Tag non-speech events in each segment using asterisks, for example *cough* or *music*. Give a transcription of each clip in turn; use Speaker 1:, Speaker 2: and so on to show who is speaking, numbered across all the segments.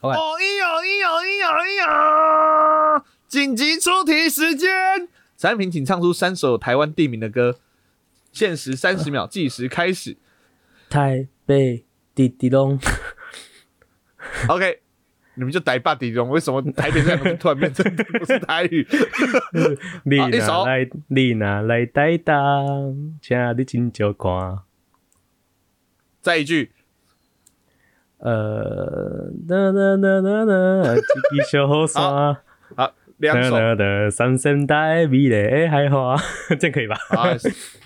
Speaker 1: OK
Speaker 2: 哦一哦一哦一哦一哦！紧急出题时间，产品请唱出三首台湾地名的歌，限时三十秒，计时开始。
Speaker 1: 台北滴滴咚，
Speaker 2: OK，你们就逮霸底中，为什么台北这两个字突然变成不是台语？
Speaker 3: *laughs* 你
Speaker 2: 啊一首
Speaker 3: 若来，你若来台东，请你真少看。
Speaker 2: 再一句，
Speaker 3: 呃，哒哒哒哒哒，一支小
Speaker 2: *laughs*
Speaker 3: 雨
Speaker 2: 好
Speaker 3: 伞，
Speaker 2: 好，啊两
Speaker 3: 哒
Speaker 2: 首，
Speaker 3: 哒哒，三声带美丽的海花， *laughs* 这样可以吧？
Speaker 2: 好，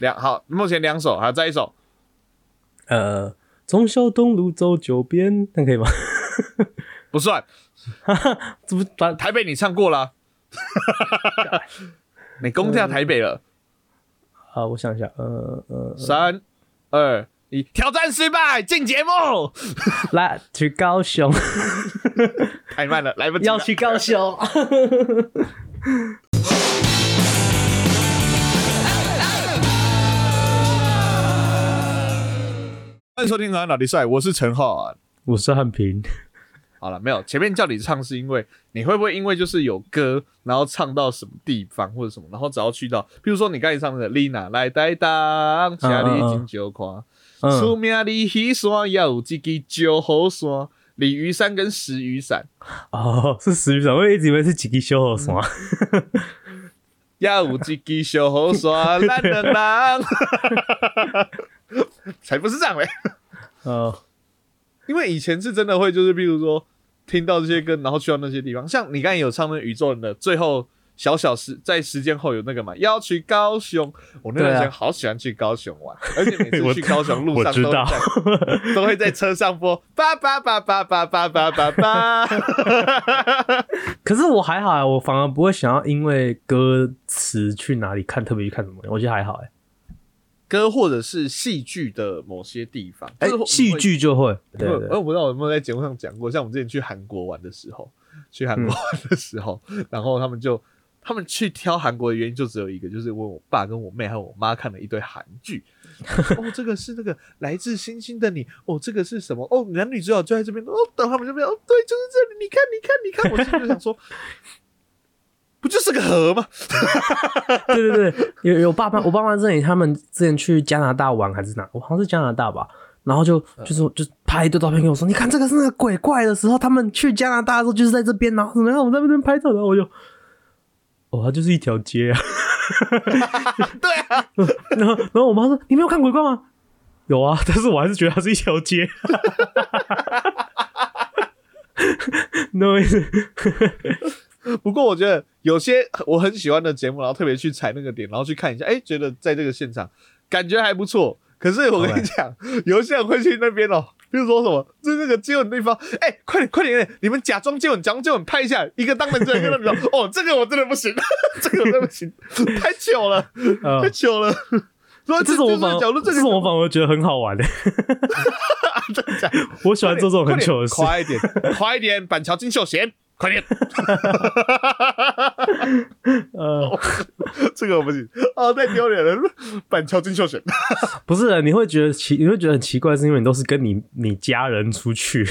Speaker 2: 两好，目前两首，好，再一首，
Speaker 3: 呃，从小东路走九遍，这样可以吗？
Speaker 2: 不算。
Speaker 3: 这不把
Speaker 2: 台北你唱过了啊，你攻下台北了。
Speaker 3: *laughs* 啊，我想一下，呃呃，
Speaker 2: 三、二、一，挑战失败，进节目。
Speaker 3: 来去
Speaker 2: *laughs*
Speaker 3: 高雄， *laughs*
Speaker 2: 太慢了，来不及了。
Speaker 3: 要去高
Speaker 2: *laughs*
Speaker 3: 雄，
Speaker 2: 欢迎收听《哪哪里帅》，我是陈浩啊。
Speaker 3: 我是汉平，
Speaker 2: 好了，没有前面叫你唱是因为你会不会因为就是有歌，然后唱到什么地方或者什么，然后只要去到，比如说你刚才唱的《丽娜来呆当》，家里金酒夸，出
Speaker 3: 嗯，
Speaker 2: 名的鱼山要有这个酒后山，鲤鱼山跟石雨伞，
Speaker 3: 哦，是石雨伞，我一直以为是几支小啊雨伞，
Speaker 2: 要有这个小后山，咱两人， *laughs* 才不是这样嘞。
Speaker 3: 呃，
Speaker 2: 因为以前是真的会，就是比如说听到这些歌，然后去到那些地方，像你刚才有唱那宇宙人的，最后小小时在时间后有那个嘛，要去高雄，我那段时
Speaker 3: 对
Speaker 2: 间
Speaker 3: 啊
Speaker 2: 好喜欢去高雄玩，而且每次去高雄路
Speaker 3: *laughs* 我
Speaker 2: 上
Speaker 3: 知
Speaker 2: 都会
Speaker 3: 道
Speaker 2: 在 *laughs* 都会在车上播叭叭叭叭叭叭叭叭
Speaker 3: *laughs*
Speaker 2: 叭，
Speaker 3: 可是我还好啊，我反而不会想要因为歌词去哪里看，特别去看什么，我觉得还好哎、
Speaker 2: 歌或者是戏剧的某些地方，
Speaker 3: 哎、
Speaker 2: 就是会
Speaker 3: 戏。剧就会，对
Speaker 2: 我
Speaker 3: 对
Speaker 2: 我不知道我有没有在节目上讲过，像我们之前去韩国玩的时候，去
Speaker 3: 嗯
Speaker 2: 韩国玩的时候，然后他们就他们去挑韩国的原因就只有一个，就是问我爸跟我妹还有我妈看了一堆韩剧。哦，这个是那个来自星星的你，哦，这个是什么？哦，男女主角就在这边，哦，等他们这边，哦，对，就是这里，你看，你看，你看，我心里就想说，不就是个河吗？
Speaker 3: *laughs* 对对对，有有爸妈，我爸妈这里他们之前去加拿大玩还是哪，我好像是加拿大吧，然后就就是就拍一堆照片给我说，你看这个是那个鬼怪的时候，他们去加拿大的时候就是在这边，然后怎么样，我们在那边拍照，然后我就，哦，它就是一条街 *laughs* 啊，
Speaker 2: 对啊，
Speaker 3: 然后然后我妈说，你没有看鬼怪吗？有啊， *laughs* 但是我还是觉得它是一条街， *laughs* 那我意思，
Speaker 2: 不过我觉得有些我很喜欢的节目，然后特别去踩那个点，然后去看一下，哎，觉得在这个现场感觉还不错。可是我跟你讲，有一些人会去那边哦，比如说什么，就是那个接吻的地方，哎，快点快点，你们假装接吻，假装接吻拍一下，一个当门人，一个
Speaker 3: *laughs*
Speaker 2: 当门人，哦，这个我真的不行， *laughs* 这个我真的不行，太糗
Speaker 3: *laughs*
Speaker 2: 了，
Speaker 3: 呃
Speaker 2: 太，糗了。说
Speaker 3: 这种我反而
Speaker 2: 角度，这
Speaker 3: 这
Speaker 2: 个
Speaker 3: 种我反而觉得很好玩的、
Speaker 2: 真的
Speaker 3: *laughs*
Speaker 2: 假的？
Speaker 3: 我喜欢做啊这种很糗的事。
Speaker 2: 快点，快点，快一点，板桥金秀贤，快
Speaker 3: *laughs*
Speaker 2: 点。
Speaker 3: 呃，
Speaker 2: 这个我不行，哦，太丢脸了！板桥金秀贤，
Speaker 3: 不是，啊你会觉得奇，你会觉得很奇怪，是因为你都是跟你你家人出去，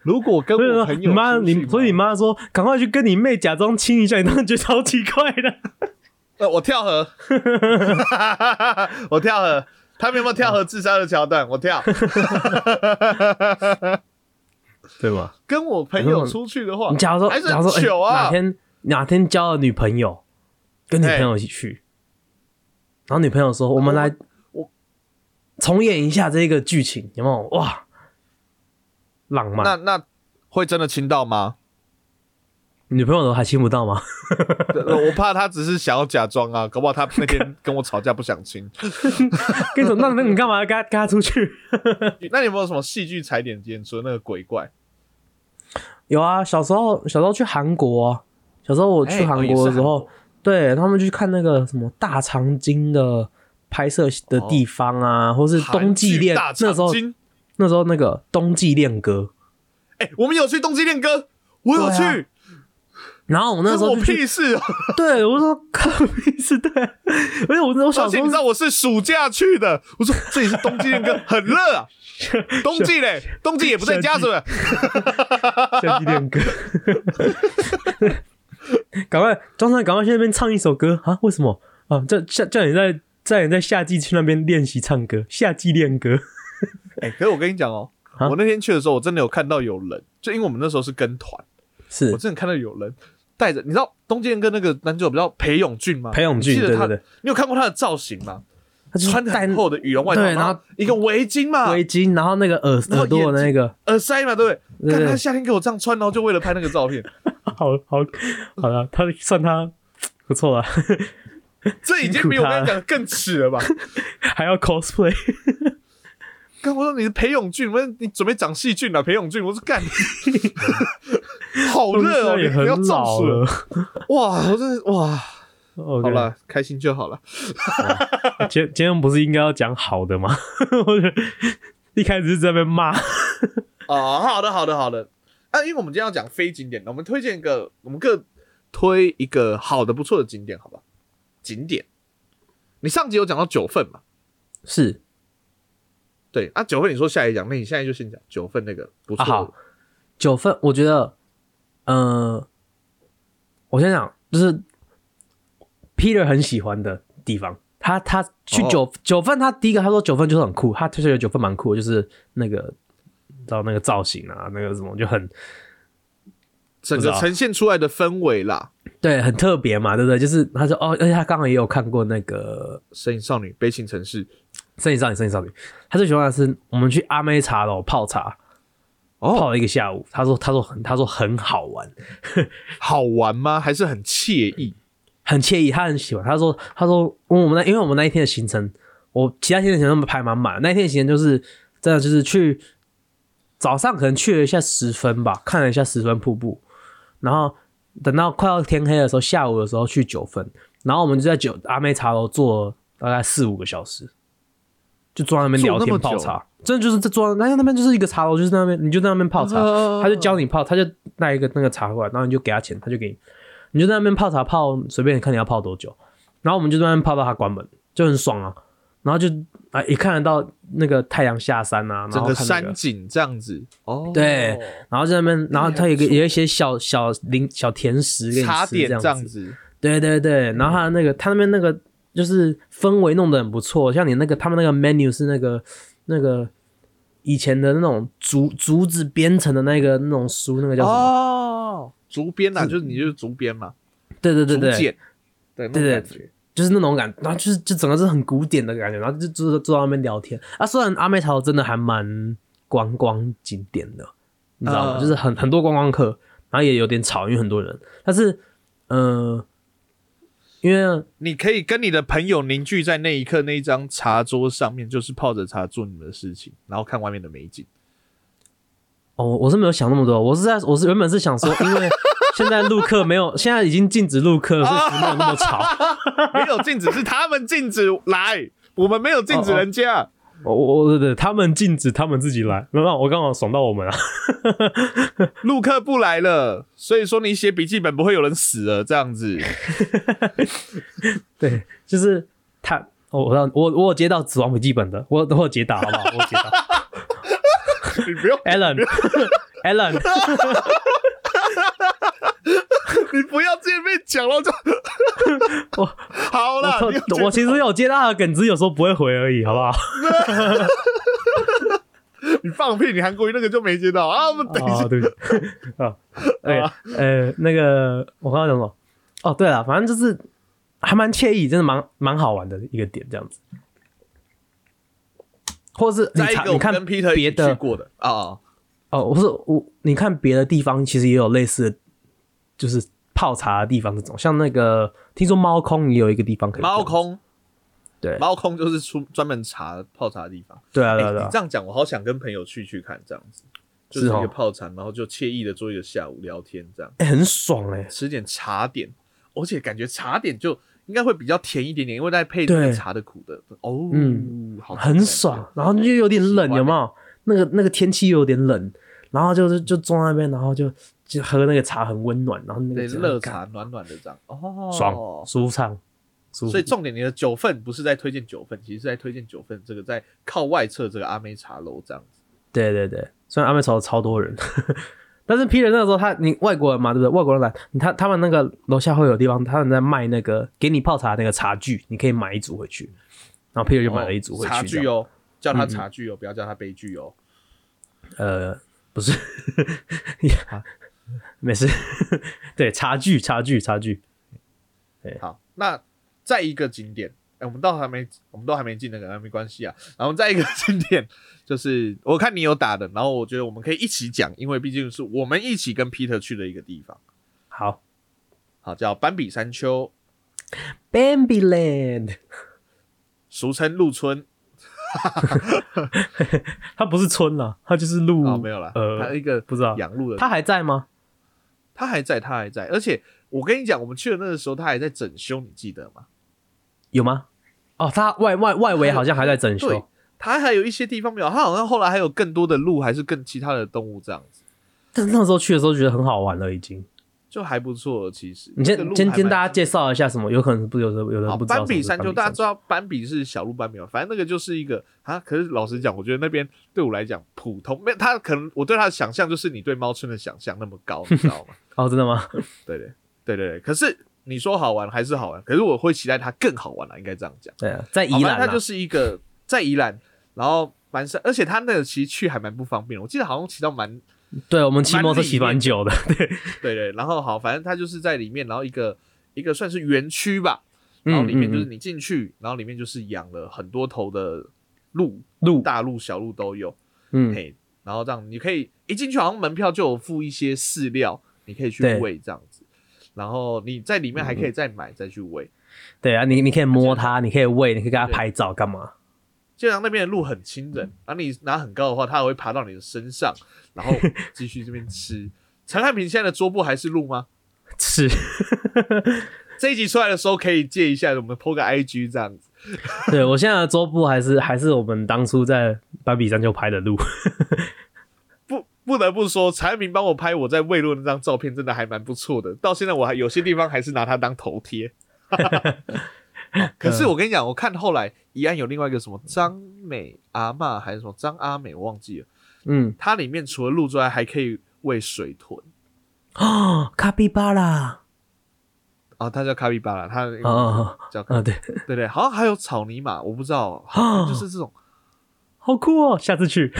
Speaker 2: 如果跟
Speaker 3: 所以
Speaker 2: 我
Speaker 3: 说
Speaker 2: 朋
Speaker 3: 你
Speaker 2: 友
Speaker 3: 妈
Speaker 2: 出去
Speaker 3: 你，
Speaker 2: 嘛
Speaker 3: 所以你，妈说赶快去跟你妹假装亲一下，你当然觉得超奇怪的。
Speaker 2: 呃，我跳河， *laughs* 我跳河，他们有没有跳河自杀的桥段？我跳。
Speaker 3: 对吗？
Speaker 2: 跟我朋友出去的话，
Speaker 3: 你假如说，
Speaker 2: 还是
Speaker 3: 假如
Speaker 2: 很
Speaker 3: 说，哎
Speaker 2: 糗啊
Speaker 3: 哪，天哪天交了女朋友，跟女朋友一起去，然后女朋友说，我们来
Speaker 2: 我
Speaker 3: 重演一下这个剧情，有没有？哇，浪
Speaker 2: 那
Speaker 3: 漫！
Speaker 2: 那会真的亲到吗？
Speaker 3: 女朋友都还亲不到吗？ *laughs*
Speaker 2: 对我怕他只是想要假装啊，搞不好他那天跟我吵架不想
Speaker 3: *laughs*
Speaker 2: 亲。
Speaker 3: 跟你说，那那你干嘛要跟他跟他出去？
Speaker 2: 那你有没有什么戏剧踩点？今天除了那个鬼怪，
Speaker 3: 有啊，小时候小时候去韩国啊、小时候我
Speaker 2: 哎哦
Speaker 3: 去韩国的时候，对他们去看那个什么大长今的拍摄的地方啊，或是冬季恋
Speaker 2: 哦韩剧
Speaker 3: 那
Speaker 2: 大
Speaker 3: 时候
Speaker 2: 长今，
Speaker 3: 那时候那个冬季恋歌，
Speaker 2: 哎，我们有去冬季恋歌，我有
Speaker 3: 对啊
Speaker 2: 去，
Speaker 3: 然后我那时
Speaker 2: 跟
Speaker 3: 候
Speaker 2: 我
Speaker 3: 就去
Speaker 2: 屁事哦！
Speaker 3: 对，我说靠屁事对，而且我我小
Speaker 2: 而
Speaker 3: 时
Speaker 2: 且你
Speaker 3: 候
Speaker 2: 知道我是暑假去的，我说这里是冬季练歌，很热
Speaker 3: *laughs*
Speaker 2: 啊。冬季嘞，冬季也不在家是不是？
Speaker 3: 相机练歌， *laughs* 赶快庄上赶快去那边唱一首歌啊？为什么啊？叫叫叫你在叫你在夏季去那边练习唱歌，夏季练歌，
Speaker 2: 哎、可是我跟你讲哦、
Speaker 3: 啊
Speaker 2: 我那天去的时候，我真的有看到有人，就因为我们那时候是跟团，
Speaker 3: 是
Speaker 2: 我真的看到有人带着，你知道冬季练歌那个男主角不叫裴勇俊吗？
Speaker 3: 裴勇俊
Speaker 2: 你记得他
Speaker 3: 对对对，
Speaker 2: 你有看过他的造型吗？
Speaker 3: 他就是
Speaker 2: 穿
Speaker 3: 戴
Speaker 2: 很厚的羽绒外套，
Speaker 3: 对然后
Speaker 2: 一个围巾嘛，
Speaker 3: 围巾，然后那个耳
Speaker 2: 啊然后
Speaker 3: 耳朵的那个，
Speaker 2: 耳塞嘛，对不对？
Speaker 3: 对对
Speaker 2: 看他夏天给我这样穿，然后就为了拍那个照片，
Speaker 3: 好好好了，他算他不错了，
Speaker 2: 这已经比我
Speaker 3: 辛苦
Speaker 2: 跟
Speaker 3: 他了
Speaker 2: 你讲的更耻了吧？
Speaker 3: *laughs* 还要 cosplay。
Speaker 2: 刚我说你是裴勇俊，我说你准备长细菌了，裴勇俊，我说
Speaker 3: *laughs*
Speaker 2: 干，好热哦，
Speaker 3: 也
Speaker 2: 你你
Speaker 3: 很
Speaker 2: 要中
Speaker 3: 老
Speaker 2: 暑
Speaker 3: 了
Speaker 2: 了，。哇，我真的哇，
Speaker 3: 好
Speaker 2: 好，了，开心就好了。
Speaker 3: 今今天不是应该要讲好的吗？ *laughs* 我觉得一开始是在那边骂，
Speaker 2: 哦，好的，好的，好的。啊，因为我们今天要讲非景点的，我们推荐一个，我们各推一个好的、不错的景点，好吧？景点，你上集有讲到九份嘛？
Speaker 3: 是
Speaker 2: 对啊，九份你说下一讲，那你现在就先讲九份那个不错
Speaker 3: 啊
Speaker 2: 的、
Speaker 3: 好九份，我觉得，呃，我先讲，就是 Peter 很喜欢的地方。他他去
Speaker 2: 哦
Speaker 3: 九、九份，他第一个他说九份就是很酷，他推荐的九份蛮酷的，就是那个你知道那个造型啊，那个什么就很
Speaker 2: 整
Speaker 3: 不知
Speaker 2: 个
Speaker 3: 道
Speaker 2: 呈现出来的氛围啦，
Speaker 3: 对很特别嘛，对不对？就是他说哦，而且他刚好也有看过那个
Speaker 2: 《身影少女》《悲情城市》
Speaker 3: 《生意少女》，《生意少女》，他最喜欢的是我们去阿妹茶楼泡茶，泡
Speaker 2: 哦，
Speaker 3: 了一个下午。他说，他说很，他说很好玩，
Speaker 2: 好玩吗？还是很惬意？
Speaker 3: 很惬意，他很喜欢。他说，他说，因为我们那，因为我们那一天的行程，我其他天的行程都排满满，那一天的行程就是真的就是去早上可能去了一下十分吧，看了一下十分瀑布，然后等到快要天黑的时候，下午的时候去九份，然后我们就在九阿妹茶楼坐了大概四五个小时，就坐在那边聊
Speaker 2: 坐那
Speaker 3: 天
Speaker 2: 么久
Speaker 3: 泡茶，啊真的就是在坐在那那边就是一个茶楼，就是在那边你就在那边泡茶，他就教你泡，他就带一个那个茶过来，然后你就给他钱，他就给你，你就在那边泡茶泡，随便你看你要泡多久，然后我们就在那边泡到他关门，就很爽啊。然后就啊，也看得到那个太阳下山啊，然
Speaker 2: 整
Speaker 3: 后
Speaker 2: 个
Speaker 3: 看那
Speaker 2: 山景这样子哦，
Speaker 3: 对，然后在那边，然后他有个也有一些小小零小甜食给你
Speaker 2: 茶
Speaker 3: 吃
Speaker 2: 点
Speaker 3: 这
Speaker 2: 这
Speaker 3: 样
Speaker 2: 样
Speaker 3: 子，
Speaker 2: 子，
Speaker 3: 对对对，然后他那个他那边那个就是氛围弄得很不错，像你那个他们那个 menu 是那个那个以前的那种竹竹子编成的那个那种书，那个叫什么？
Speaker 2: 哦，竹编呐，就是你就是竹编嘛，
Speaker 3: 对对对
Speaker 2: 竹
Speaker 3: 对，
Speaker 2: 简，对
Speaker 3: 对对
Speaker 2: 对对，
Speaker 3: 就是那种感，然后就是就整个是很古典的感觉，然后就坐坐到那边聊天啊。虽然阿妹潮真的还蛮观光景点的，你知道吗？
Speaker 2: 嗯
Speaker 3: 就是很很多观光客，然后也有点吵，因为很多人，但是呃，因为
Speaker 2: 你可以跟你的朋友凝聚在那一刻那一张茶桌上面，就是泡着茶做你们的事情，然后看外面的美 *laughs* 景。
Speaker 3: 哦，我是没有想那么多，我是在我是原本是想说，因为现在录课没有，现在已经禁止录课，所以没有那么吵。
Speaker 2: 没有禁止是他们禁止来，我们没有禁止人
Speaker 3: 哦
Speaker 2: 家。
Speaker 3: 我我我对对，他们禁止他们自己来，没有，我刚好爽到我们啊。 *laughs*
Speaker 2: 陆克不来了，所以说你写笔记本不会有人死了这样
Speaker 3: *laughs*
Speaker 2: 子。
Speaker 3: 对，就是他，哦我我我我有接到死亡笔记本的，我我有解答好不好？我有解答
Speaker 2: 你不用，
Speaker 3: ，Alan。Alan，
Speaker 2: 你不要见面讲了就。
Speaker 3: *laughs* 我
Speaker 2: *laughs* 好
Speaker 3: 我
Speaker 2: 了，
Speaker 3: 特
Speaker 2: 你有
Speaker 3: 我其实有接到他的梗，只是有时候不会回而已，好不好？
Speaker 2: 你放屁，你韩国瑜那个就没接到啊。我 *laughs* 们等一下
Speaker 3: 啊，对不起啊，哎、呃，那个我刚刚讲什么？哦，对了，反正就是还蛮惬意，真的蛮蛮好玩的一个点，这样子。或是你
Speaker 2: 再一
Speaker 3: 查
Speaker 2: 个，
Speaker 3: 你
Speaker 2: 我
Speaker 3: 看
Speaker 2: 跟 Peter
Speaker 3: 别
Speaker 2: 一起去
Speaker 3: 的
Speaker 2: 过的啊啊，
Speaker 3: 哦，我是我，你看别的地方其实也有类似的，就是泡茶的地方这种，像那个听说猫空也有一个地方可以
Speaker 2: 猫
Speaker 3: 泡，
Speaker 2: 空
Speaker 3: 对
Speaker 2: 猫空就是出专门茶泡茶的地方。
Speaker 3: 对啊对
Speaker 2: 哎、
Speaker 3: 啊对啊
Speaker 2: 你这，样讲，我好想跟朋友去去看，这样子就是
Speaker 3: 是
Speaker 2: 一
Speaker 3: 哦
Speaker 2: 个泡茶，然后就惬意的做一个下午聊天，这样
Speaker 3: 哎、很爽哎、
Speaker 2: 吃点茶点，而且感觉茶点就应该会比较甜一点点，因为再配那
Speaker 3: 对
Speaker 2: 个茶的苦的哦，
Speaker 3: 嗯，
Speaker 2: 好吃
Speaker 3: 很爽，然后就有点冷，
Speaker 2: 喜欢
Speaker 3: 有没有？那个那个天气又有点冷，然后就是就坐在那边，然后就就喝那个茶很温暖，然后那
Speaker 2: 对，
Speaker 3: 个
Speaker 2: 热茶暖暖的这样，哦，
Speaker 3: 爽舒畅，舒服
Speaker 2: 所以重点，你的九份不是在推荐九份，其实是在推荐九份这个在靠外侧这个阿妹茶楼这样子。
Speaker 3: 对对对，虽然阿妹超超多人， *laughs* 但是 Peter 那个时候他你外国人嘛，对不对？外国人来，你他他们那个楼下会有地方，他们在卖那个给你泡茶那个茶具，你可以买一组回去。然后 Peter 就买了一组回去，
Speaker 2: 茶具
Speaker 3: 这
Speaker 2: 哦，叫
Speaker 3: 样
Speaker 2: 它茶具哦，不要叫它杯具哦。
Speaker 3: 呃，不是，呀没事，对，茶具茶具茶具，
Speaker 2: 好，那再一个景点，哎、我们都还没，我们都还没进那个，那没关系啊。然后再一个景点，就是我看你有打的，然后我觉得我们可以一起讲，因为毕竟是我们一起跟 Peter 去的一个地方，
Speaker 3: 好
Speaker 2: 好，叫斑比山丘，
Speaker 3: ，Bambi Land，
Speaker 2: 俗称鹿村
Speaker 3: 它不是村了，它就是路，
Speaker 2: 啊、哦没有啦，它
Speaker 3: 呃
Speaker 2: 一，个
Speaker 3: 不知道，
Speaker 2: 养鹿的
Speaker 3: 它还在吗？
Speaker 2: 他还在，他还在，而且我跟你讲，我们去的那个时候，他还在整修，你记得吗？
Speaker 3: 有吗？哦，它外外外围好像还在整
Speaker 2: 对
Speaker 3: 修，，
Speaker 2: 他还有一些地方没有，他好像后来还有更多的鹿，还是更其他的动物这样子，
Speaker 3: 但是那时候去的时候觉得很好玩了，已经。
Speaker 2: 就还不错。其实
Speaker 3: 你
Speaker 2: 这个
Speaker 3: 先
Speaker 2: 鹿
Speaker 3: 先
Speaker 2: 还
Speaker 3: 跟
Speaker 2: 蛮哦
Speaker 3: 大家介绍一下什么，有可能不有的有的
Speaker 2: 好
Speaker 3: 人不知
Speaker 2: 斑
Speaker 3: 道什么
Speaker 2: 比
Speaker 3: 是
Speaker 2: 山丘，
Speaker 3: 比
Speaker 2: 大家知道斑比是小鹿斑比嘛？反正那个就是一个啊。可是老实讲，我觉得那边对我来讲普通，没有他可能我对他的想象就是你对猫村的想象那么高，你知道
Speaker 3: *laughs*
Speaker 2: 吗？
Speaker 3: 哦，真的吗？
Speaker 2: 对对对对对。可是你说好玩还是好玩，可是我会期待它更好玩了，应该这样讲。
Speaker 3: 对啊，在
Speaker 2: 好
Speaker 3: 宜
Speaker 2: 吧
Speaker 3: 兰
Speaker 2: 哦它
Speaker 3: 啊，
Speaker 2: 就是一个在宜兰，然后蛮山，而且它那个其实去还蛮不方便的。我记得好像骑到蛮
Speaker 3: *laughs* 对我们骑摩托车骑
Speaker 2: 蛮里
Speaker 3: 蛮
Speaker 2: 面
Speaker 3: 久的，对，
Speaker 2: 对对，然后好，反正它就是在里面，然后一个一个算是园区吧，然后里面就是
Speaker 3: 嗯嗯嗯
Speaker 2: 你进去，然后里面就是养了很多头的鹿，
Speaker 3: 路，
Speaker 2: 大鹿、小鹿都有，
Speaker 3: 嗯，
Speaker 2: 嘿，然后这样你可以一进去好像门票就有附一些饲料，你可以去
Speaker 3: 对嗯
Speaker 2: 喂这样子。然后你在里面还可以再买、再去喂，
Speaker 3: 对啊，你你可以摸它，你可以喂，你可以给它拍照干嘛？ *laughs*
Speaker 2: 基本上那边的鹿很亲人，然后你拿很高的话，它还会爬到你的身上，然后继续这边吃。陈汉平现在的桌布还是鹿吗？
Speaker 3: 是，
Speaker 2: 这一集出来的时候可以借一下，我们 PO 个 IG 这样子。
Speaker 3: *laughs* 对我现在的桌布还是还是我们当初在斑比山丘拍的路，
Speaker 2: 不不得不说，陈汉平帮我拍我在喂鹿的那张照片，真的还蛮不错的。到现在我还有些地方还是拿它当头贴。可是我跟你讲，我看后来宜安有另外一个什么张美阿嬷还是什么张阿美，我忘记了。
Speaker 3: 嗯，
Speaker 2: 它里面除了鹿之外，还可以喂水豚
Speaker 3: 哦， *gasps* 卡比巴拉，
Speaker 2: 啊，它叫卡比巴拉，它的英
Speaker 3: 啊
Speaker 2: 文
Speaker 3: 啊
Speaker 2: 叫卡
Speaker 3: 啊，对，
Speaker 2: 对对，好像还有草泥马，我不知道，
Speaker 3: 啊 *gasps*
Speaker 2: 就是这种。
Speaker 3: 好酷哦，下次去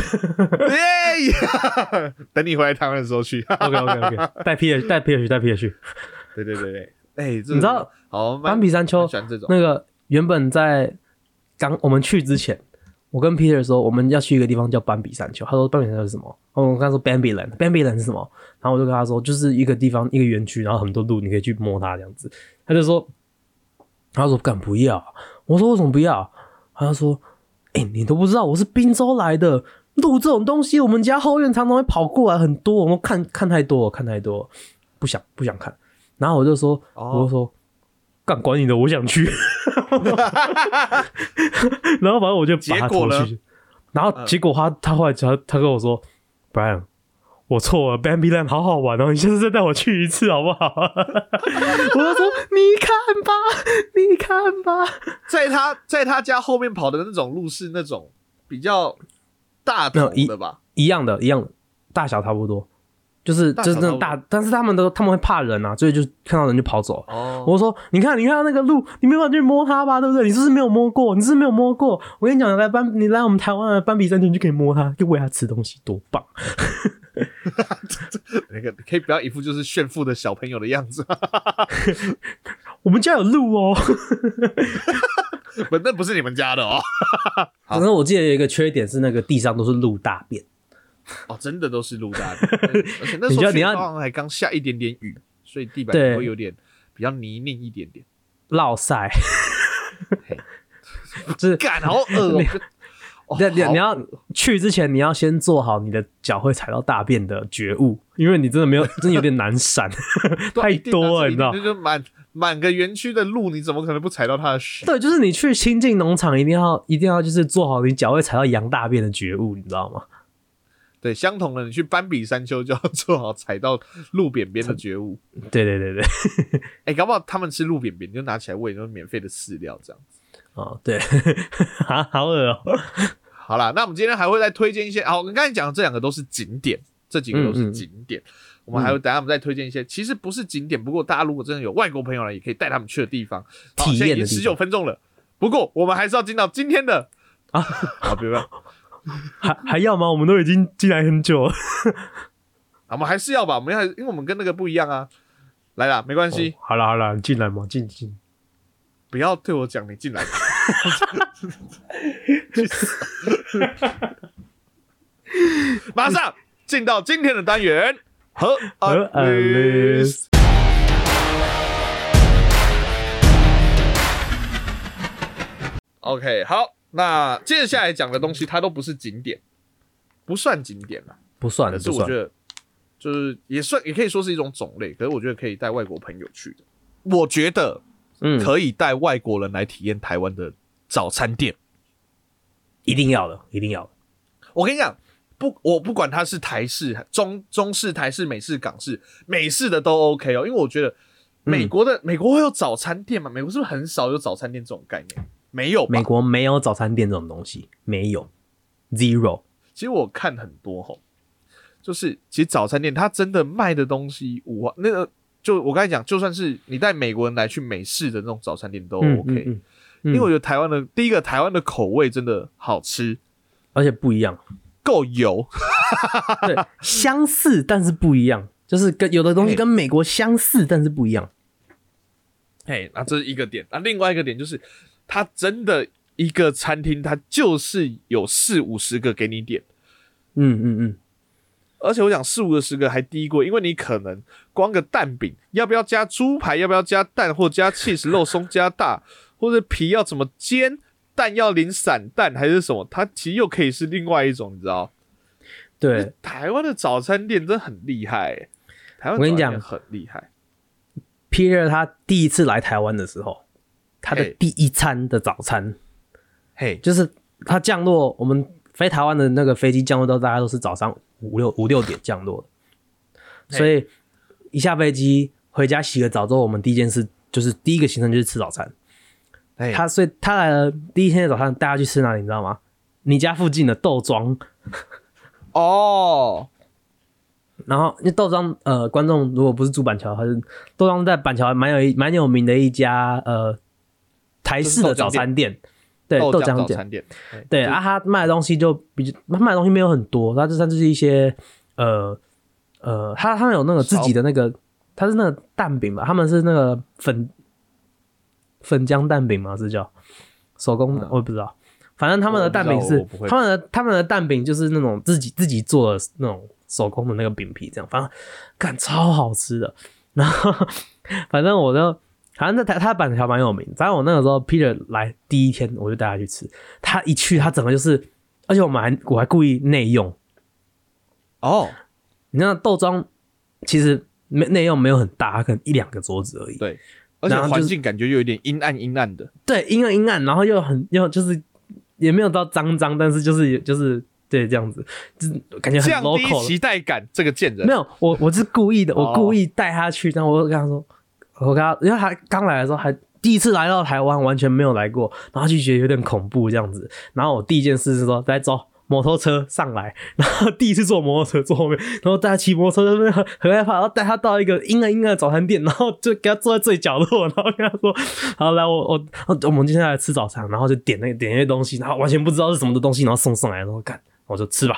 Speaker 2: 哎呀，等你回来台湾的时候去。 *laughs*
Speaker 3: ，OK OK OK，带 P 带 P 去带 P 去，
Speaker 2: 对对对对，哎、这
Speaker 3: 你知道
Speaker 2: 好蛮
Speaker 3: 斑比山丘
Speaker 2: 蛮喜欢这种，
Speaker 3: 那个原本在刚我们去之前，我跟 Peter 说我们要去一个地方叫斑比山丘，他说斑比山丘是什么？哦我跟他说 Bambi Land，Bambi Land 是什么？然后我就跟他说就是一个地方一个园区，然后很多路你可以去摸它这样子。他就说，他说敢不要？我说为什么不要？他就说，哎、你都不知道我是滨州来的。鹿这种东西，我们家后院常常会跑过来很多，我们看看太多了，看太多了，不想不想看。然后我就说，
Speaker 2: 哦
Speaker 3: 我就说，干管你的，我想去。然后反正我就把
Speaker 2: 结果
Speaker 3: 他拖
Speaker 2: 呢嗯
Speaker 3: 去。然后结果他他后来他他跟我说，Brian，我错了，Bambi Land 好好玩哦，你下次再带我去一次好不好？ *laughs* 我就说你看吧，你看吧，
Speaker 2: 在他在他家后面跑的那种路是那种比较大头
Speaker 3: 没有一
Speaker 2: 的吧？
Speaker 3: 一样的，一样的，大小差不多，就是
Speaker 2: 大
Speaker 3: 就
Speaker 2: 小
Speaker 3: 是那种
Speaker 2: 差
Speaker 3: 大，但是他们都他们会怕人啊，所以就看到人就跑走。
Speaker 2: 哦，
Speaker 3: 我说，你看，你看那个鹿，你没办法去摸它吧，对不对？你是不是没有摸过？你是不是没有摸过？我跟你讲，来斑，你来我们台湾的啊斑比山丘，你就可以摸它，就喂它吃东西，多棒！
Speaker 2: 那个可以不要一副就是炫富的小朋友的样子，
Speaker 3: 我们家有鹿哦。
Speaker 2: *laughs* 不，那不是你们家的哦。好
Speaker 3: 反正我记得有一个缺点是那个地上都是鹿大便，
Speaker 2: 哦，真的都是路大
Speaker 3: *laughs*
Speaker 2: 的，而且那时候
Speaker 3: 你知道
Speaker 2: 去
Speaker 3: 你要
Speaker 2: 好像还刚下一点点雨，所以地板
Speaker 3: 对
Speaker 2: 会有点比较泥泞一点点。
Speaker 3: 落晒
Speaker 2: 嘿，
Speaker 3: 就是
Speaker 2: 干，好恶、哦
Speaker 3: *laughs* 你
Speaker 2: 哦
Speaker 3: 那你
Speaker 2: 好
Speaker 3: 你要去之前，你要先做好你的脚会踩到大便的觉悟，因为你真的没有，真的有点
Speaker 2: *laughs*
Speaker 3: 难闪，
Speaker 2: 啊
Speaker 3: 太多了，你知道
Speaker 2: 那？就满满个园区的路，你怎么可能不踩到他的屎？
Speaker 3: 对，就是你去亲近农场，一定要一定要就是做好你脚会踩到羊大便的觉悟，你知道吗？
Speaker 2: 对，相同的你去斑比山丘就要做好踩到路边边的觉
Speaker 3: *laughs*
Speaker 2: 悟。
Speaker 4: 对对对对，
Speaker 2: 哎、搞不好他们吃路边边，你就拿起来喂，就是免费的饲料这样。
Speaker 4: 哦
Speaker 3: *laughs*
Speaker 4: 对，好好恶哦、
Speaker 2: 好啦，那我们今天还会再推荐一些。好，我们刚才讲的这两个都是景点，这几个都是景点。我们还有等下我们再推荐一些，其实不是景点，不过大家如果真的有外国朋友来，也可以带他们去的地方。好
Speaker 4: 体验的地
Speaker 2: 现在已
Speaker 4: 方
Speaker 2: 经十九分钟
Speaker 3: *laughs*
Speaker 2: 了，不过我们还是要进到今天的
Speaker 4: 啊，
Speaker 2: 好，别办，
Speaker 4: 还还要吗？我们都已经进来很久了。
Speaker 2: 我们还是要吧，我们还因为我们跟那个不一样啊。来啦，没关
Speaker 3: 哦
Speaker 2: 系，
Speaker 4: 好了好了，你进来嘛，进进。
Speaker 2: 不要对我讲你进来。 *laughs* 去死马上进到今天的单元和
Speaker 4: 和 Alice
Speaker 2: ，OK，好，那接下来讲的东西它都不是景点，不算景点啊啦，
Speaker 3: 不算了，
Speaker 2: 可是
Speaker 3: 不
Speaker 2: 我
Speaker 3: 算
Speaker 2: 觉。得就是也算也可以说是一种种类，可是我觉得可以带外国朋友去的，我觉得
Speaker 3: 嗯，
Speaker 2: 可以带外国人来体验台湾的早餐店。
Speaker 3: 一定要的，一定要的。
Speaker 2: 我跟你讲，不，我不管它是台式、中中式、台式、美式、港式，美式的都 OK 哦，因为我觉得美国的、美国会有早餐店嘛，美国是不是很少有早餐店这种概念？没有吧
Speaker 3: 美？国没有早餐店这种东西，没有，zero。
Speaker 2: 其实我看很多吼，就是其实早餐店它真的卖的东西，我那个就我刚才讲，就算是你带美国人来去美式的那种早餐店都哦 OK，、
Speaker 3: 嗯嗯嗯
Speaker 2: 因为我觉得台湾的第一个台湾的口味真的好吃，
Speaker 3: 而且不一样，
Speaker 2: 够油，
Speaker 3: 对，相似但是不一样，就是跟有的东西跟美国相似，但是不一样。
Speaker 2: 嘿，那啊这是一个点。那另外一个点就是，它真的一个餐厅，它就是有四五十个给你点，
Speaker 3: 嗯嗯嗯，
Speaker 2: 而且我讲四五十个还低过，因为你可能光个蛋饼要不要加猪排，要不要加蛋或加 cheese 肉松加大， *laughs* 或者皮要怎么煎，蛋要淋散蛋还是什么，它其实又可以是另外一种，你知道？
Speaker 3: 对，
Speaker 2: 台湾的早餐店真的很厉害、欸，台湾
Speaker 3: 我跟你
Speaker 2: 早餐
Speaker 3: 讲
Speaker 2: 店很厉害。
Speaker 3: Peter 他第一次来台湾的时候，他的
Speaker 2: 嘿
Speaker 3: 第一餐的早餐
Speaker 2: 嘿，
Speaker 3: 就是他降落，我们飞台湾的那个飞机降落到大概都是早上五六五六点降落的，
Speaker 2: 嘿
Speaker 3: 所以一下飞机回家洗个澡之后，我们第一件事就是第一个行程就是吃早餐。
Speaker 2: 嘿
Speaker 3: 他所以他来了第一天的早上，大家去吃哪里你知道吗？你家附近的豆庄，
Speaker 2: 哦，
Speaker 3: 然后那豆庄呃，观众如果不是住板桥，还是豆庄在板桥蛮有一蛮有名的一家呃台式的早餐店，对
Speaker 2: 豆
Speaker 3: 豆
Speaker 2: 浆
Speaker 3: 浆
Speaker 2: 早
Speaker 3: 店，
Speaker 2: 餐店，嘿
Speaker 3: 对啊，他卖的东西就比较他卖的东西没有很多，他就算就是一些呃呃，他他们有那个自己的那个，他是那个蛋饼吧，他们是那个粉粉浆蛋饼吗？是叫手工的，我也不知道。反正他们的蛋饼
Speaker 2: 嗯我
Speaker 3: 是
Speaker 2: 我不会
Speaker 3: 他们的他们的蛋饼就是那种自己自己做的那种手工的那个饼皮，这样反正干超好吃的。 *laughs* 然后反正我就反正那台他板桥蛮有名，反正我那个时候 Peter 来第一天我就带他去吃，他一去他整个就是，而且我们还我还故意内用，
Speaker 2: 哦，
Speaker 3: 你知道豆庄其实没内用没有很大，它可能一两个桌子而已。
Speaker 2: 对，而且
Speaker 3: 然后就
Speaker 2: 环
Speaker 3: 是
Speaker 2: 境感觉又有点阴暗阴暗的。
Speaker 3: 对，阴暗阴暗，然后又很又就是也没有到脏脏，但是就是就是对这样子，就是感觉很
Speaker 2: 降低
Speaker 3: local 了。
Speaker 2: 期待感，这个贱人
Speaker 3: 没有，我我是故意的，
Speaker 2: 哦
Speaker 3: 我故意带他去，但我就跟他说，我跟他，因为他刚来的时候还第一次来到台湾，完全没有来过，然后就觉得有点恐怖这样子。然后我第一件事是说，来走。摩托车上来，然后第一次坐摩托车坐后面，然后带他骑摩托车，很很害怕，然后带他到一个阴暗阴暗的早餐店，然后就给他坐在最角落，然后跟他说：“好，来我我我们今天来吃早餐。”然后就点那个点那些东西，然后完全不知道是什么的东西，然后送上来，然后干，我就吃吧。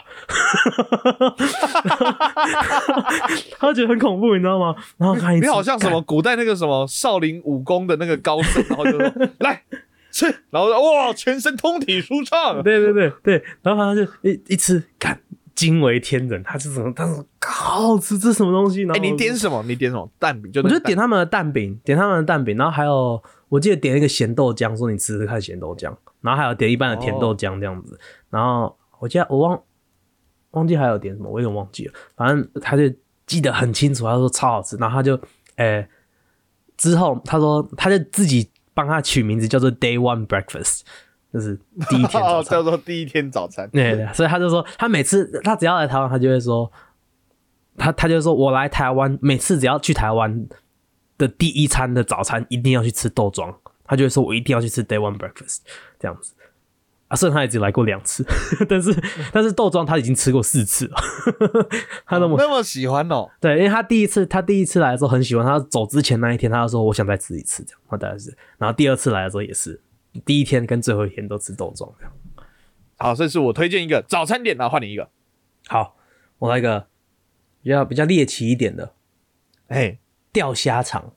Speaker 3: 他觉得很恐怖，你知道吗？然后他一
Speaker 2: 你
Speaker 3: 吃
Speaker 2: 好像什么古代那个什么少林武功的那个高
Speaker 3: *laughs*
Speaker 2: 僧，然后就说来吃，然后说哇，全身通体舒畅。 *laughs*
Speaker 3: 对对对对，然后反正就一一吃，看惊为天人，他是什么？他说好好吃，这是什么东西？然后
Speaker 2: 哎，
Speaker 3: 我
Speaker 2: 你
Speaker 3: 就
Speaker 2: 点什么？你点什么蛋饼？就
Speaker 3: 我
Speaker 2: 那
Speaker 3: 就
Speaker 2: 个
Speaker 3: 点
Speaker 2: 蛋
Speaker 3: 他们的蛋饼，点他们的蛋饼，然后还有我记得点一个咸豆浆，说你吃吃看咸豆浆，然后还有点一般的甜豆浆这样子，然后我记得我忘忘记还有点什么，我有点忘记了，反正他就记得很清楚，他说超好吃，然后他就诶、呃之后他说他就自己帮他取名字叫做 Day One Breakfast，就是第一天早
Speaker 5: 哦，
Speaker 2: *laughs*
Speaker 3: 餐。
Speaker 5: 叫做第一天早餐。
Speaker 3: 对对，所以他就说，他每次他只要来台湾，他就会说，他他就说我来台湾，每次只要去台湾的第一餐的早餐一定要去吃豆庄，他就会说我一定要去吃 day one breakfast 这样子。啊，虽然他也只来过两次， *laughs* 但是但是豆庄他已经吃过四次了， *laughs* 他那么
Speaker 2: 那么喜欢哦，
Speaker 3: 对，因为他第一次他第一次来的时候很喜欢，他走之前那一天他就说我想再吃一次这样，他大概是，然后第二次来的时候也是，第一天跟最后一天都吃豆庄这样。
Speaker 2: 好，这是我推荐一个早餐店，然后换你一个。
Speaker 3: 好，我来一个比较比较猎奇一点的
Speaker 2: 哎，
Speaker 3: 钓虾场。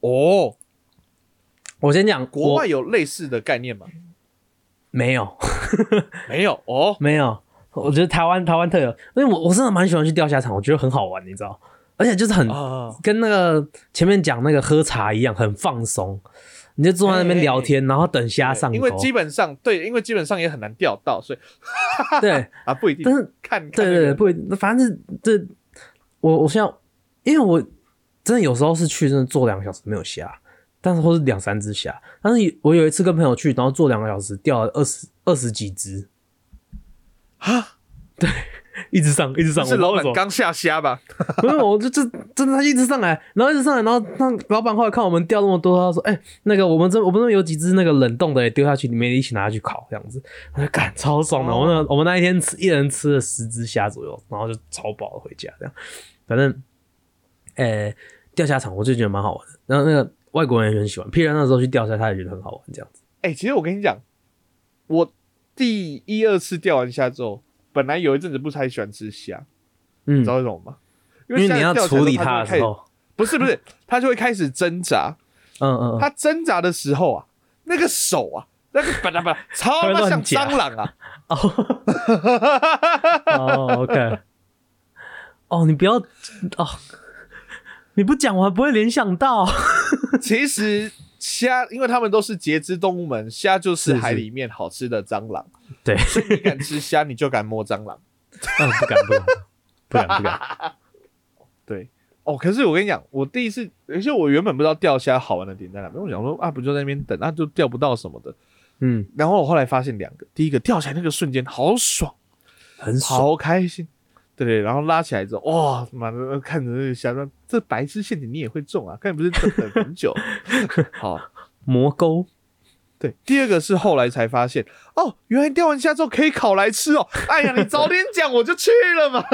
Speaker 2: 哦，
Speaker 3: 我先讲，
Speaker 2: 国
Speaker 3: 我
Speaker 2: 外有类似的概念吗？
Speaker 3: 没有 *laughs*
Speaker 2: 没有哦，
Speaker 3: 没有，我觉得台湾台湾特有，因为我我真的蛮喜欢去钓虾场，我觉得很好玩，你知道，而且就是很、
Speaker 2: 啊，
Speaker 3: 跟那个前面讲那个喝茶一样，很放松，你就坐在那边聊天，然后等虾上钩，
Speaker 2: 因为基本上对，因为基本上也很难钓到，所以
Speaker 3: 对，
Speaker 2: 啊不一定
Speaker 3: 但是
Speaker 2: 看看
Speaker 3: 对
Speaker 2: 那
Speaker 3: 对对，
Speaker 2: 个
Speaker 3: 不一定，反正这这我我现在，因为我真的有时候是去真的坐两个小时没有虾，但是或是两三只虾，但是我有一次跟朋友去，然后坐两个小时钓了二十二十几只，
Speaker 2: 啊，
Speaker 3: *laughs* 一直上一直上，
Speaker 2: 是
Speaker 3: 我
Speaker 2: 老
Speaker 3: 不知
Speaker 2: 板
Speaker 3: 道
Speaker 2: 刚下虾吧？
Speaker 3: *laughs* 没有，我就这真的他一直上来，然后一直上来，然后那老板后来看我们钓那么多，他说：“哎、那个我们这我们这边有几只那个冷冻的哎也丢下去，你们也一起拿去烤这样子。”我就干超爽的，我们那我们那一天吃一人吃了十只虾左右，然后就超饱了回家这样。反正，呃、钓虾场我就觉得蛮好玩的，然后那个外国人也很喜欢，譬如那时候去钓虾，他也觉得很好玩这样子。
Speaker 2: 哎、其实我跟你讲，我第一二次钓完虾之后，本来有一阵子不太喜欢吃虾，你
Speaker 3: 嗯
Speaker 2: 知，道为什么吗？因
Speaker 3: 因为你要
Speaker 2: 虾
Speaker 3: 处理
Speaker 2: 它
Speaker 3: 它的时，候，
Speaker 2: 不是不是，它就会开始挣扎。
Speaker 3: 嗯嗯，嗯
Speaker 2: 它挣扎的时候啊，那个手啊，那个本来本来
Speaker 3: *laughs*
Speaker 2: 超他
Speaker 3: 会
Speaker 2: 妈
Speaker 3: 乱
Speaker 2: 像
Speaker 3: 夹
Speaker 2: 蟑螂啊！
Speaker 3: *laughs* 哦，OK，哦，你不要哦，你不讲我还不会联想到。
Speaker 2: 其实虾，因为它们都是节肢动物们，虾就是
Speaker 3: 是是
Speaker 2: 海里面好吃的蟑螂。
Speaker 3: *laughs* 对，
Speaker 2: 所以你敢吃虾，你就敢摸蟑螂。
Speaker 3: 嗯，不敢不敢不敢不 *laughs* 敢，
Speaker 2: 对，哦，可是我跟你讲，我第一次，而且我原本不知道钓虾好玩的点在哪边，我想说啊，不就在那边等，那、就钓不到什么的。
Speaker 3: 嗯，
Speaker 2: 然后我后来发现两个，第一个钓起来那个瞬间好爽，
Speaker 3: 很爽，
Speaker 2: 好开心，对对，然后拉起来之后，哇，妈的，看着那个虾，这白痴陷阱你也会中啊？看你不是等等很久？好，
Speaker 3: 魔钩
Speaker 2: 对，第二个是后来才发现，哦，原来钓完虾之后可以烤来吃哦。哎呀，你早点讲我就去了嘛。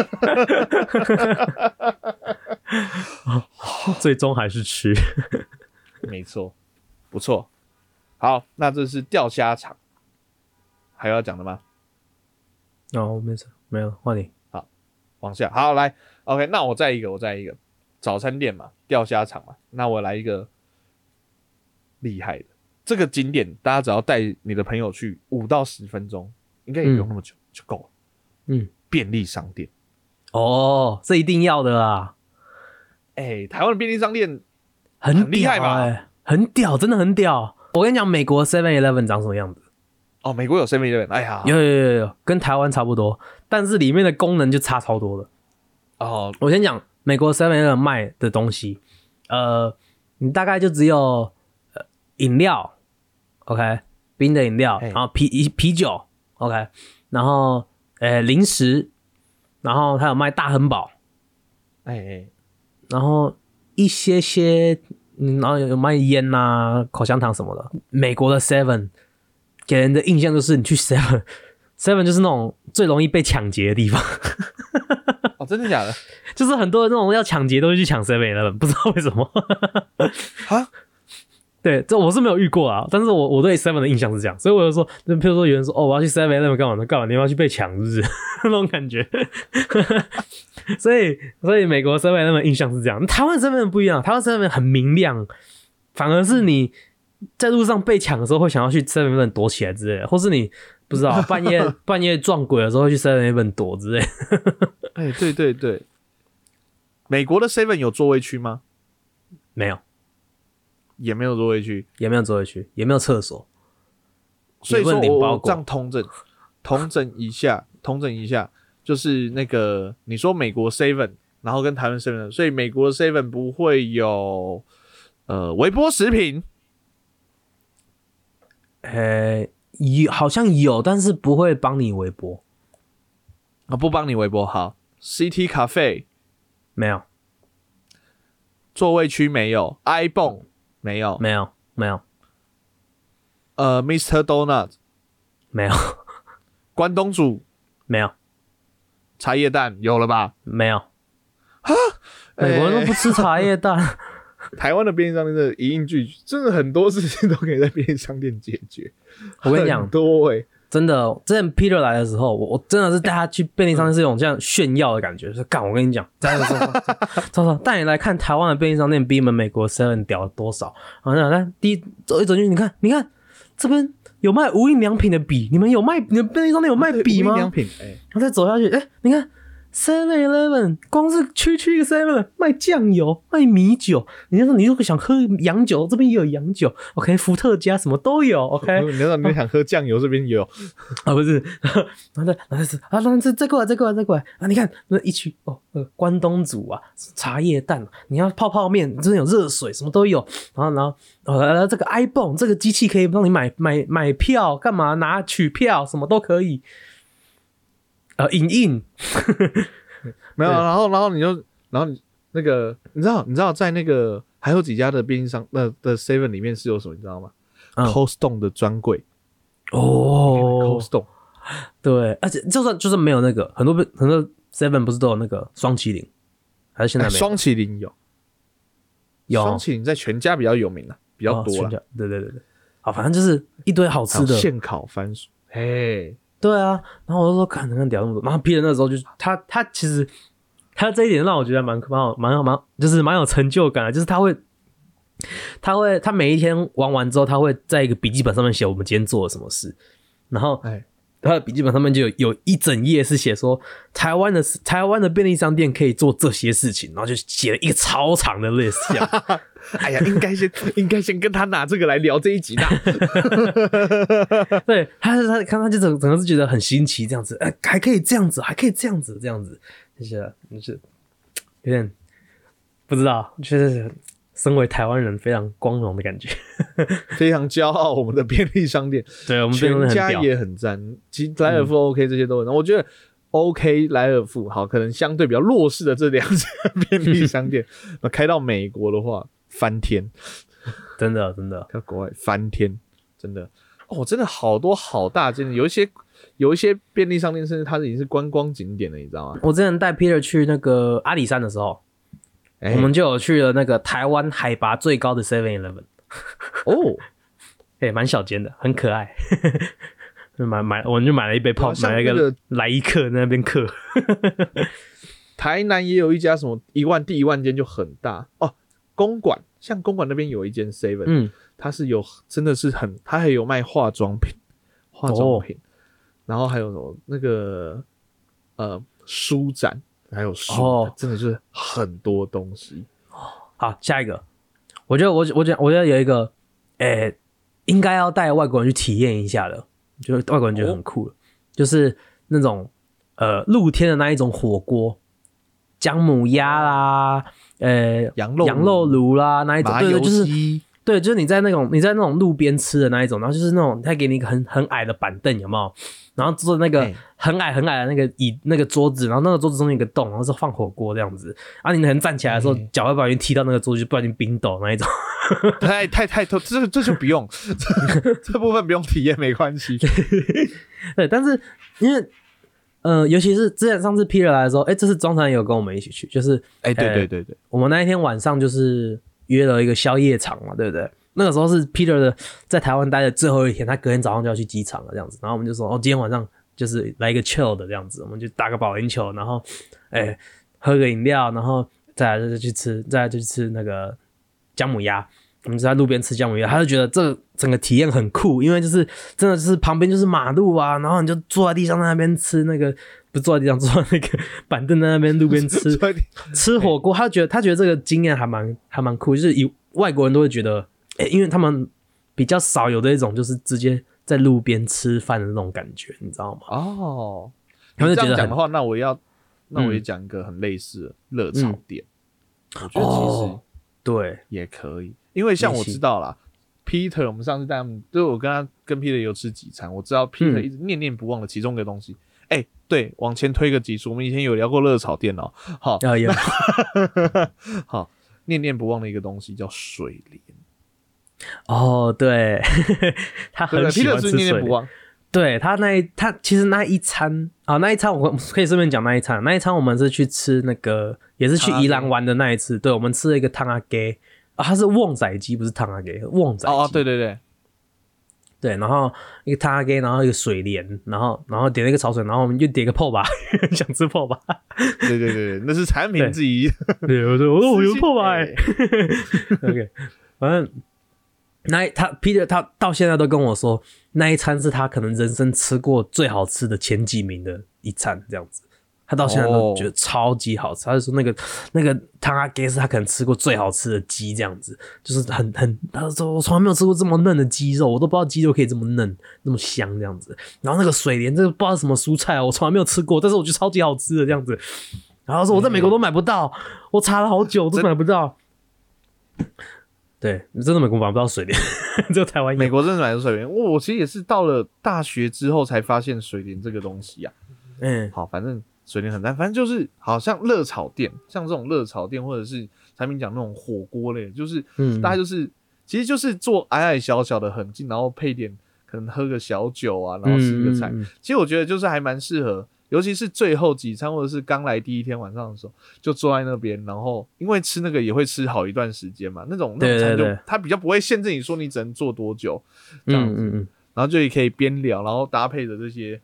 Speaker 3: 最终还是吃，
Speaker 2: 没错，不错。好，那这是钓虾场，还有要讲的吗？
Speaker 3: 哦，没事，没有，换你，
Speaker 2: 往下，好来，OK，那我再一个，我再一个，早餐店嘛，钓虾场嘛，那我来一个厉害的，这个景点大家只要带你的朋友去五到十分钟，应该也不用那么久、就够了。
Speaker 3: 嗯，
Speaker 2: 便利商店，
Speaker 3: 哦，这一定要的啊啦，
Speaker 2: 哎、台湾的便利商店
Speaker 3: 很
Speaker 2: 很厉害
Speaker 3: 屌
Speaker 2: 吧
Speaker 3: 欸？很屌，真的很屌。我跟你讲，美国 Seven Eleven 长什么样子？
Speaker 2: 哦，美国有 Seven Eleven，哎呀，
Speaker 3: 有有有有有，跟台湾差不多，但是里面的功能就差超多了。
Speaker 2: 哦，
Speaker 3: 我先讲美国 Seven Eleven 卖的东西，呃，你大概就只有呃饮料，OK，冰的饮料，
Speaker 2: 嘿
Speaker 3: 然后啤啤酒，OK，然后呃零食，然后还有卖大亨堡，
Speaker 2: 哎、哎，
Speaker 3: 然后一些些，嗯然后有卖烟呐、口香糖什么的。美国的 Seven 给人的印象就是你去 Seven。Seven 就是那种最容易被抢劫的地方， *laughs*
Speaker 2: 哦，真的假的？
Speaker 3: 就是很多那种要抢劫都会去抢 Seven Eleven，不知道为什么。
Speaker 2: 啊，
Speaker 3: 对，这我是没有遇过啊，但是我我对 Seven 的印象是这样，所以我就说，就譬如说有人说，哦，我要去 Seven Eleven 干嘛呢？干嘛？你要不要去被抢，是不是？ *laughs* 那种感觉。所以，所以美国 Seven Eleven 印象是这样，台湾 Seven 不一样，台湾 Seven 很明亮，反而是你在路上被抢的时候会想要去 Seven Eleven 躲起来之类的，或是你不知道半夜半夜撞鬼的时候会去 Seven Eleven 躲之类的。
Speaker 2: 哎、对对对，美国的 Seven 有座位区吗？
Speaker 3: 没有，
Speaker 2: 也没有座位区，
Speaker 3: 也没有座位区，也没有厕所。
Speaker 2: 所以
Speaker 3: 也不
Speaker 2: 说
Speaker 3: 能领
Speaker 2: 我
Speaker 3: 包
Speaker 2: 我
Speaker 3: 裹
Speaker 2: 这样通整，通整一下，通整一下，就是那个你说美国 Seven，然后跟台湾 Seven，所以美国的 Seven 不会有呃微波食品
Speaker 3: 呃，有好像有，但是不会帮你微波，
Speaker 2: 啊，不帮你微波好。CT 咖啡
Speaker 3: 没有，
Speaker 2: 座位区没有，iBone 没有，
Speaker 3: 没有，没有，
Speaker 2: 呃，Mr. Donut
Speaker 3: 没有，
Speaker 2: 关东煮
Speaker 3: 没有，
Speaker 2: 茶叶蛋有了吧？哎
Speaker 3: 没有。美国人都不吃茶叶蛋，
Speaker 2: 台湾的便利商店真的一应俱全，真的很多事情都可以在便利商店解决。
Speaker 3: 我跟你讲
Speaker 2: 很多哎、
Speaker 3: 真的。之前 Peter 来的时候，我我真的是带他去便利商店，是一种这样炫耀的感觉。就是干，我跟你讲，真的是，超超带你来看台湾的便利商店比你们美国 Seven 屌多少。然后那那第一走一走进去，你看，你看这边有卖无印良品的笔，你们有卖？你们便利商店有卖笔吗？
Speaker 2: 无印良品哎、
Speaker 3: 然后再走下去，哎、你看 Seven Eleven，光是区区一个 Seven 卖酱油、卖米酒，你就说你如果想喝洋酒，这边也有洋酒，OK，伏特加什么都有
Speaker 2: *laughs*
Speaker 3: ，OK，
Speaker 2: 你知道你想喝酱油这边也有，
Speaker 3: 啊不是， *laughs* 然后再然后再是啊，然后再再过来，再过来，再过来啊！你看那一区哦，呃，关东煮啊，茶叶蛋、啊，你要泡泡面，真的有热水，什么都有。然后然后哦，然后这个 iPhone 这个机器可以帮你买买买票，干嘛拿取票，什么都可以。呃，影印
Speaker 2: 没有？然后然后你就然后你那个你知道你知道在那个还有几家的便利商呃的 Seven 里面是有什么你知道吗、
Speaker 3: 嗯
Speaker 2: c o s t o n e 的专柜
Speaker 3: 哦
Speaker 2: c o s t o n e
Speaker 3: 对，而且就算就算没有那个，很多很多 Seven 不是都有那个双麒麟，还是现在
Speaker 2: 哎
Speaker 3: 没有？
Speaker 2: 双麒麟有，
Speaker 3: 有
Speaker 2: 双麒麟在全家比较有名啊，比
Speaker 3: 哦比
Speaker 2: 较多了，
Speaker 3: 对对对对，好，反正就是一堆好
Speaker 2: 还有
Speaker 3: 吃的。
Speaker 2: 现烤番薯，嘿，
Speaker 3: 对啊，然后我就说，看，你看屌那么多。然后 Peter 那时候就是他，他其实他这一点让我觉得蛮蛮好，蛮好，蛮就是蛮有成就感啊的，就是他会，他会，他每一天玩完之后，他会在一个笔记本上面写我们今天做了什么事，然后
Speaker 2: 哎，
Speaker 3: 他的笔记本上面就有有一整页是写说台湾的台湾的便利商店可以做这些事情，然后就写了一个超长的 list 这样。
Speaker 2: 哎呀，应该先 *laughs* 应该先跟他拿这个来聊这一集的，
Speaker 3: 对，他是他看他就整整个是觉得很新奇这样子，哎、还可以这样子，还可以这样子，这样子，就是就是有点不知道，就是身为台湾人非常光荣的感觉。
Speaker 2: 非常骄傲我们的便利商店，
Speaker 3: 对我 *laughs* 们变得
Speaker 2: 全
Speaker 3: 很
Speaker 2: 家
Speaker 3: 屌，嗯
Speaker 2: 也很赞。其实莱尔富、OK 这些都很赞，我觉得 OK 莱尔富好，可能相对比较弱势的这两家 *laughs* 便利商店，那开到美国的话翻天，
Speaker 3: 真的真的
Speaker 2: 开到国外翻天，真的哦，真的好多好大间，有一些有一些便利商店甚至它已经是观光景点了，你知道吗？
Speaker 3: 我之前带 Peter 去那个阿里山的时候，
Speaker 2: 哎
Speaker 3: 我们就有去了那个台湾海拔最高的 Seven Eleven，
Speaker 2: 哦，
Speaker 3: 哎，蛮小间的，很可爱。 *laughs* 就买买，我们就买了一杯泡
Speaker 2: 好，像
Speaker 3: 买了一
Speaker 2: 那
Speaker 3: 个
Speaker 2: 个
Speaker 3: 来一克在那边克，
Speaker 2: 台南也有一家什么一万第一万间就很大哦，公馆像公馆那边有一间 Seven，
Speaker 3: 嗯，
Speaker 2: 它是有真的是很，它还有卖化妆品，化妆品，
Speaker 3: 哦
Speaker 2: 然后还有什么那个呃书展，还有书，
Speaker 3: 哦
Speaker 2: 它真的就是很多东西。
Speaker 3: 好，下一个，我觉得我我觉得我觉得有一个，诶、应该要带外国人去体验一下的，就是外国人觉得
Speaker 2: 哦
Speaker 3: 很酷了，就是那种呃露天的那一种火锅，姜母鸭啦，呃、
Speaker 2: 羊肉
Speaker 3: 羊肉炉啦那一种，
Speaker 2: 麻
Speaker 3: 哎对
Speaker 2: 油
Speaker 3: 对，就是
Speaker 2: 鸡，
Speaker 3: 对，就是你在那种你在那种路边吃的那一种，然后就是那种他给你一个很很矮的板凳，有没有？然后坐那个
Speaker 2: 哎
Speaker 3: 很矮很矮的那个椅那个桌子，然后那个桌子中间有个洞，然后是放火锅这样子。啊，你可能站起来的时候，脚会不小心踢到那个桌子，就不小心冰斗那一种。 *laughs*
Speaker 2: 太太太多，这这就不用，这这部分不用体验没关系。
Speaker 3: 对，但是因为呃，尤其是之前上次 Peter 来的时候，哎，这次庄长也有跟我们一起去，就是
Speaker 2: 哎，对
Speaker 3: 哎
Speaker 2: 对对对，
Speaker 3: 我们那一天晚上就是约了一个宵夜场嘛，对不对？那个时候是 Peter 的在台湾待的最后一天，他隔天早上就要去机场了，这样子。然后我们就说，哦，今天晚上就是来一个 chill 的这样子，我们就打个保龄球，然后哎、喝个饮料，然后再来就是去吃，再来就去吃那个姜母鸭。我们就在路边吃姜母鸭，他就觉得这整个体验很酷，因为就是真的就是旁边就是马路啊，然后你就坐在地上在那边吃那个，不坐在地上坐在那个板凳在那边路边吃，
Speaker 2: 所以
Speaker 3: 吃火锅，他觉得他觉得这个经验还蛮还蛮酷，就是以外国人都会觉得，诶因为他们比较少有的一种就是直接在路边吃饭的那种感觉，你知道吗？
Speaker 2: 哦，
Speaker 3: 他们
Speaker 2: 你这
Speaker 3: 就觉
Speaker 2: 样
Speaker 3: 得嗯
Speaker 2: 讲的
Speaker 3: 很
Speaker 2: 话，那我要那我也讲一个很类似的热炒店，我觉得其实
Speaker 3: 嗯哦对，
Speaker 2: 也可以，因为像我知道啦， Peter，我们上次带他们，就是我跟他跟 Peter 有吃几餐，我知
Speaker 3: 嗯
Speaker 2: 道 Peter 一直念念不忘的其中一个东西。哎、对，往前推个几数，我们以前有聊过热炒哦电脑，好，*laughs*
Speaker 3: 啊有
Speaker 2: 好，念念不忘的一个东西叫水莲，
Speaker 3: 哦，对， *laughs* 他
Speaker 2: 对不
Speaker 3: 很
Speaker 2: 对
Speaker 3: 喜欢
Speaker 2: ？Peter
Speaker 3: 吃
Speaker 2: 是念
Speaker 3: 水
Speaker 2: 念不
Speaker 3: 莲。
Speaker 2: 忘，
Speaker 3: 对他那一他其实那一餐啊，那一餐我可以顺便讲那一餐，啊那一餐我们是去吃那个也是去
Speaker 2: 汤阿
Speaker 3: 宜兰
Speaker 2: 给
Speaker 3: 玩的那一次，对我们吃了一个汤阿给啊，它是旺仔鸡不是汤阿给，旺仔鸡
Speaker 2: 哦哦，对对对，
Speaker 3: 对，然后一个汤阿给，然后一个水莲，然后然后点了一个潮水，然后我们就点个泡吧， *laughs* 想吃泡吧，
Speaker 2: 对对对对，那是产品
Speaker 3: 对
Speaker 2: 自己。
Speaker 3: 对，我说哦，
Speaker 2: *laughs*
Speaker 3: 我有破吧、
Speaker 2: 哎
Speaker 3: *laughs* OK，反正那一他 Peter 他到现在都跟我说，那一餐是他可能人生吃过最好吃的前几名的一餐，这样子。他到现在都
Speaker 2: 哦
Speaker 3: 觉得超级好吃，他就说那个那个汤阿给是他可能吃过最好吃的鸡，这样子，就是很很，他说我从来没有吃过这么嫩的鸡肉，我都不知道鸡肉可以这么嫩，那么香这样子。然后那个水莲，这个不知道是什么蔬菜啊，我从来没有吃过，但是我觉得超级好吃的这样子。然后他说我在美国都买不到，我查了好久都买不到。对，真的美国买不到水莲， *laughs* 只有台湾有
Speaker 2: 美。国真的买的水莲，我我其实也是到了大学之后才发现水莲这个东西啊。
Speaker 3: 嗯，
Speaker 2: 好，反正水莲很淡，反正就是好像热炒店，像这种热炒店或者是产品讲那种火锅类，就是
Speaker 3: 嗯
Speaker 2: 大家就是其实就是做矮矮小小的很近，然后配点可能喝个小酒啊，然后吃个菜。
Speaker 3: 嗯嗯嗯
Speaker 2: 其实我觉得就是还蛮适合，尤其是最后几餐或者是刚来第一天晚上的时候，就坐在那边，然后因为吃那个也会吃好一段时间嘛，那种那种
Speaker 3: 对
Speaker 2: 餐就
Speaker 3: 对对
Speaker 2: 它比较不会限制你说你只能做多久这样
Speaker 3: 嗯
Speaker 2: 子，
Speaker 3: 嗯嗯，
Speaker 2: 然后就也可以边聊，然后搭配着这些。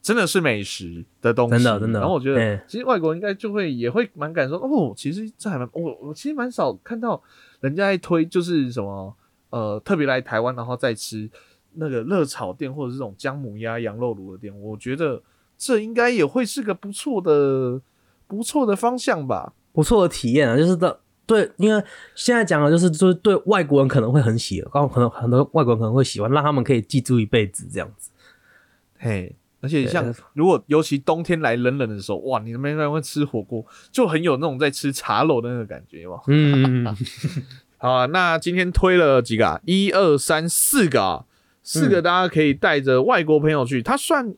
Speaker 2: 真的是美食的东西，
Speaker 3: 真的真的
Speaker 2: 然后我觉得，
Speaker 3: 嗯
Speaker 2: 其实外国应该就会也会蛮感受哦，其实这还蛮我我其实蛮少看到人家在推，就是什么呃，特别来台湾然后再吃那个热炒店或者是这种姜母鸭、羊肉炉的店，我觉得这应该也会是个不错的不错的方向吧。
Speaker 3: 不错的体验啊，就是的。对，因为现在讲的就是，就是对外国人可能会很喜，刚可能很多外国人可能会喜欢，让他们可以记住一辈子这样子。
Speaker 2: 嘿，而且像
Speaker 3: 对
Speaker 2: 如果尤其冬天来冷冷的时候，哇，你那边会吃火锅，就很有那种在吃茶楼的那个感觉嘛。
Speaker 3: 嗯，嗯
Speaker 2: 好啊，那今天推了几个啊？一二三四个啊，四
Speaker 3: 嗯
Speaker 2: 个大家可以带着外国朋友去，它算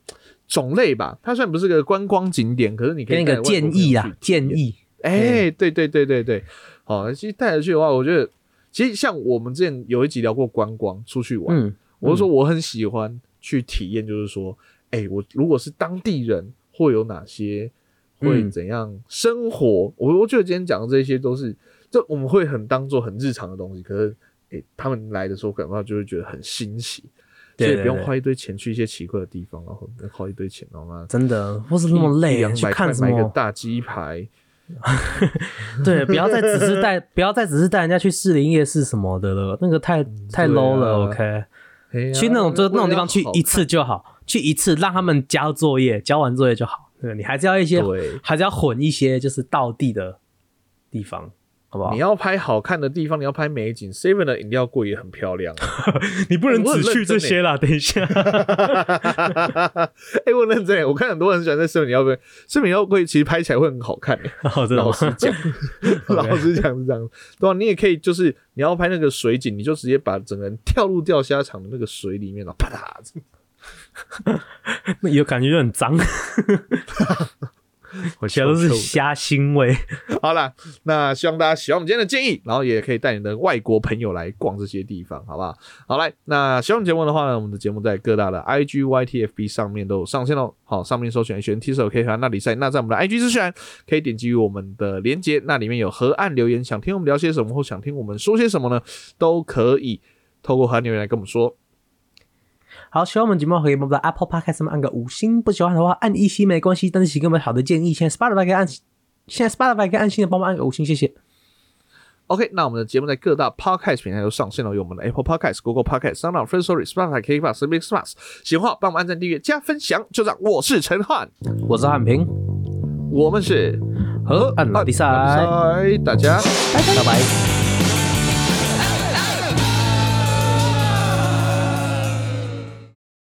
Speaker 2: 种类吧，它算不是个观光景点，可是你可
Speaker 3: *laughs* 给
Speaker 2: 以
Speaker 3: 你
Speaker 2: 带着
Speaker 3: 个
Speaker 2: 外国朋友
Speaker 3: 建议啊
Speaker 2: 去，
Speaker 3: 建议。
Speaker 2: 哎、对对对对对，好，其实带着去的话，我觉得其实像我们之前有一集聊过观光出去玩，
Speaker 3: 嗯，
Speaker 2: 我是说我很喜欢去体验，就是说，哎、我如果是当地人，会有哪些会
Speaker 3: 嗯
Speaker 2: 怎样生活？我我觉得今天讲的这些都是，这我们会很当做很日常的东西，可是，哎、他们来的时候，感到就会觉得很新奇，
Speaker 3: 对
Speaker 2: 所以不用
Speaker 3: 对对
Speaker 2: 花一堆钱去一些奇怪的地方，然后花一堆钱，然后呢。
Speaker 3: 真的，或是那么
Speaker 2: 一
Speaker 3: 累啊
Speaker 2: 两
Speaker 3: 去
Speaker 2: 百块
Speaker 3: 看什
Speaker 2: 买一个
Speaker 3: 么？
Speaker 2: 大鸡排，
Speaker 3: 对，不要再只
Speaker 2: *laughs*
Speaker 3: 是带，不要再只是带人家去士林夜市什么的了，那个太太
Speaker 2: 对
Speaker 3: low 了。
Speaker 2: 啊
Speaker 3: OK，
Speaker 2: 哎呀
Speaker 3: 去那种就那种地方去一，
Speaker 2: 为了
Speaker 3: 次就好，去一次让他们交作业，交完作业就好。对，你还是要一些
Speaker 2: 要好，对，
Speaker 3: 还是要混一些就是道地的地方，好不好
Speaker 2: 你？要拍好看的地方，你要拍美景，Seven 的饮料柜也很漂亮啊。
Speaker 3: 你不
Speaker 2: 能只去这些
Speaker 3: 啦，等一下。
Speaker 2: *laughs*
Speaker 3: *laughs*
Speaker 2: 哎、我认真耶，我看很多人喜欢在视频要不视频要会其实拍起来会很好看耶。
Speaker 3: 好，真的
Speaker 2: 老
Speaker 3: 吗？
Speaker 2: 实讲， *laughs* 老实讲是这样，对啊吧、你也可以就是你要拍那个水景，你就直接把整个人跳入钓虾场的那个水里面，然后啪嗒，
Speaker 3: *laughs* 那有感觉就很脏，
Speaker 2: 我
Speaker 3: 其他都是虾腥味。
Speaker 2: *laughs*
Speaker 3: *laughs*
Speaker 2: 好啦，那希望大家喜欢我们今天的建议，然后也可以带你的外国朋友来逛这些地方，好不好？好来，那喜欢我们节目的话呢，我们的节目在各大的 IG、YTFB 上面都有上线哦。好，上面搜寻 H N T 手可以和那里赛，那在我们的 IG 资讯栏可以点击我们的连接，那里面有河岸留言，想听我们聊些什么或想听我们说些什么呢，都可以透过河岸留言来跟我们说。
Speaker 3: 好，喜欢我们节目可以帮我们在 Apple Podcast 上面按个五星，不喜欢的话按一星没关系，但是请给我们好的建议。现在 Spotify 可以按，现在 Spotify 可以按星的帮忙按个五星，谢谢。
Speaker 2: OK，那我们的节目在各大 Podcast 平台都上线了，有我们的 Apple Podcast、Google Podcast、Sound On、First Story、Spotify、k b o x Mix Plus。喜欢的话帮我们按赞、订阅、加分享，就这样。我是陈汉，
Speaker 3: 我是汉平，
Speaker 2: 我们是
Speaker 3: 和按拉比赛，
Speaker 2: 大家
Speaker 3: 拜拜。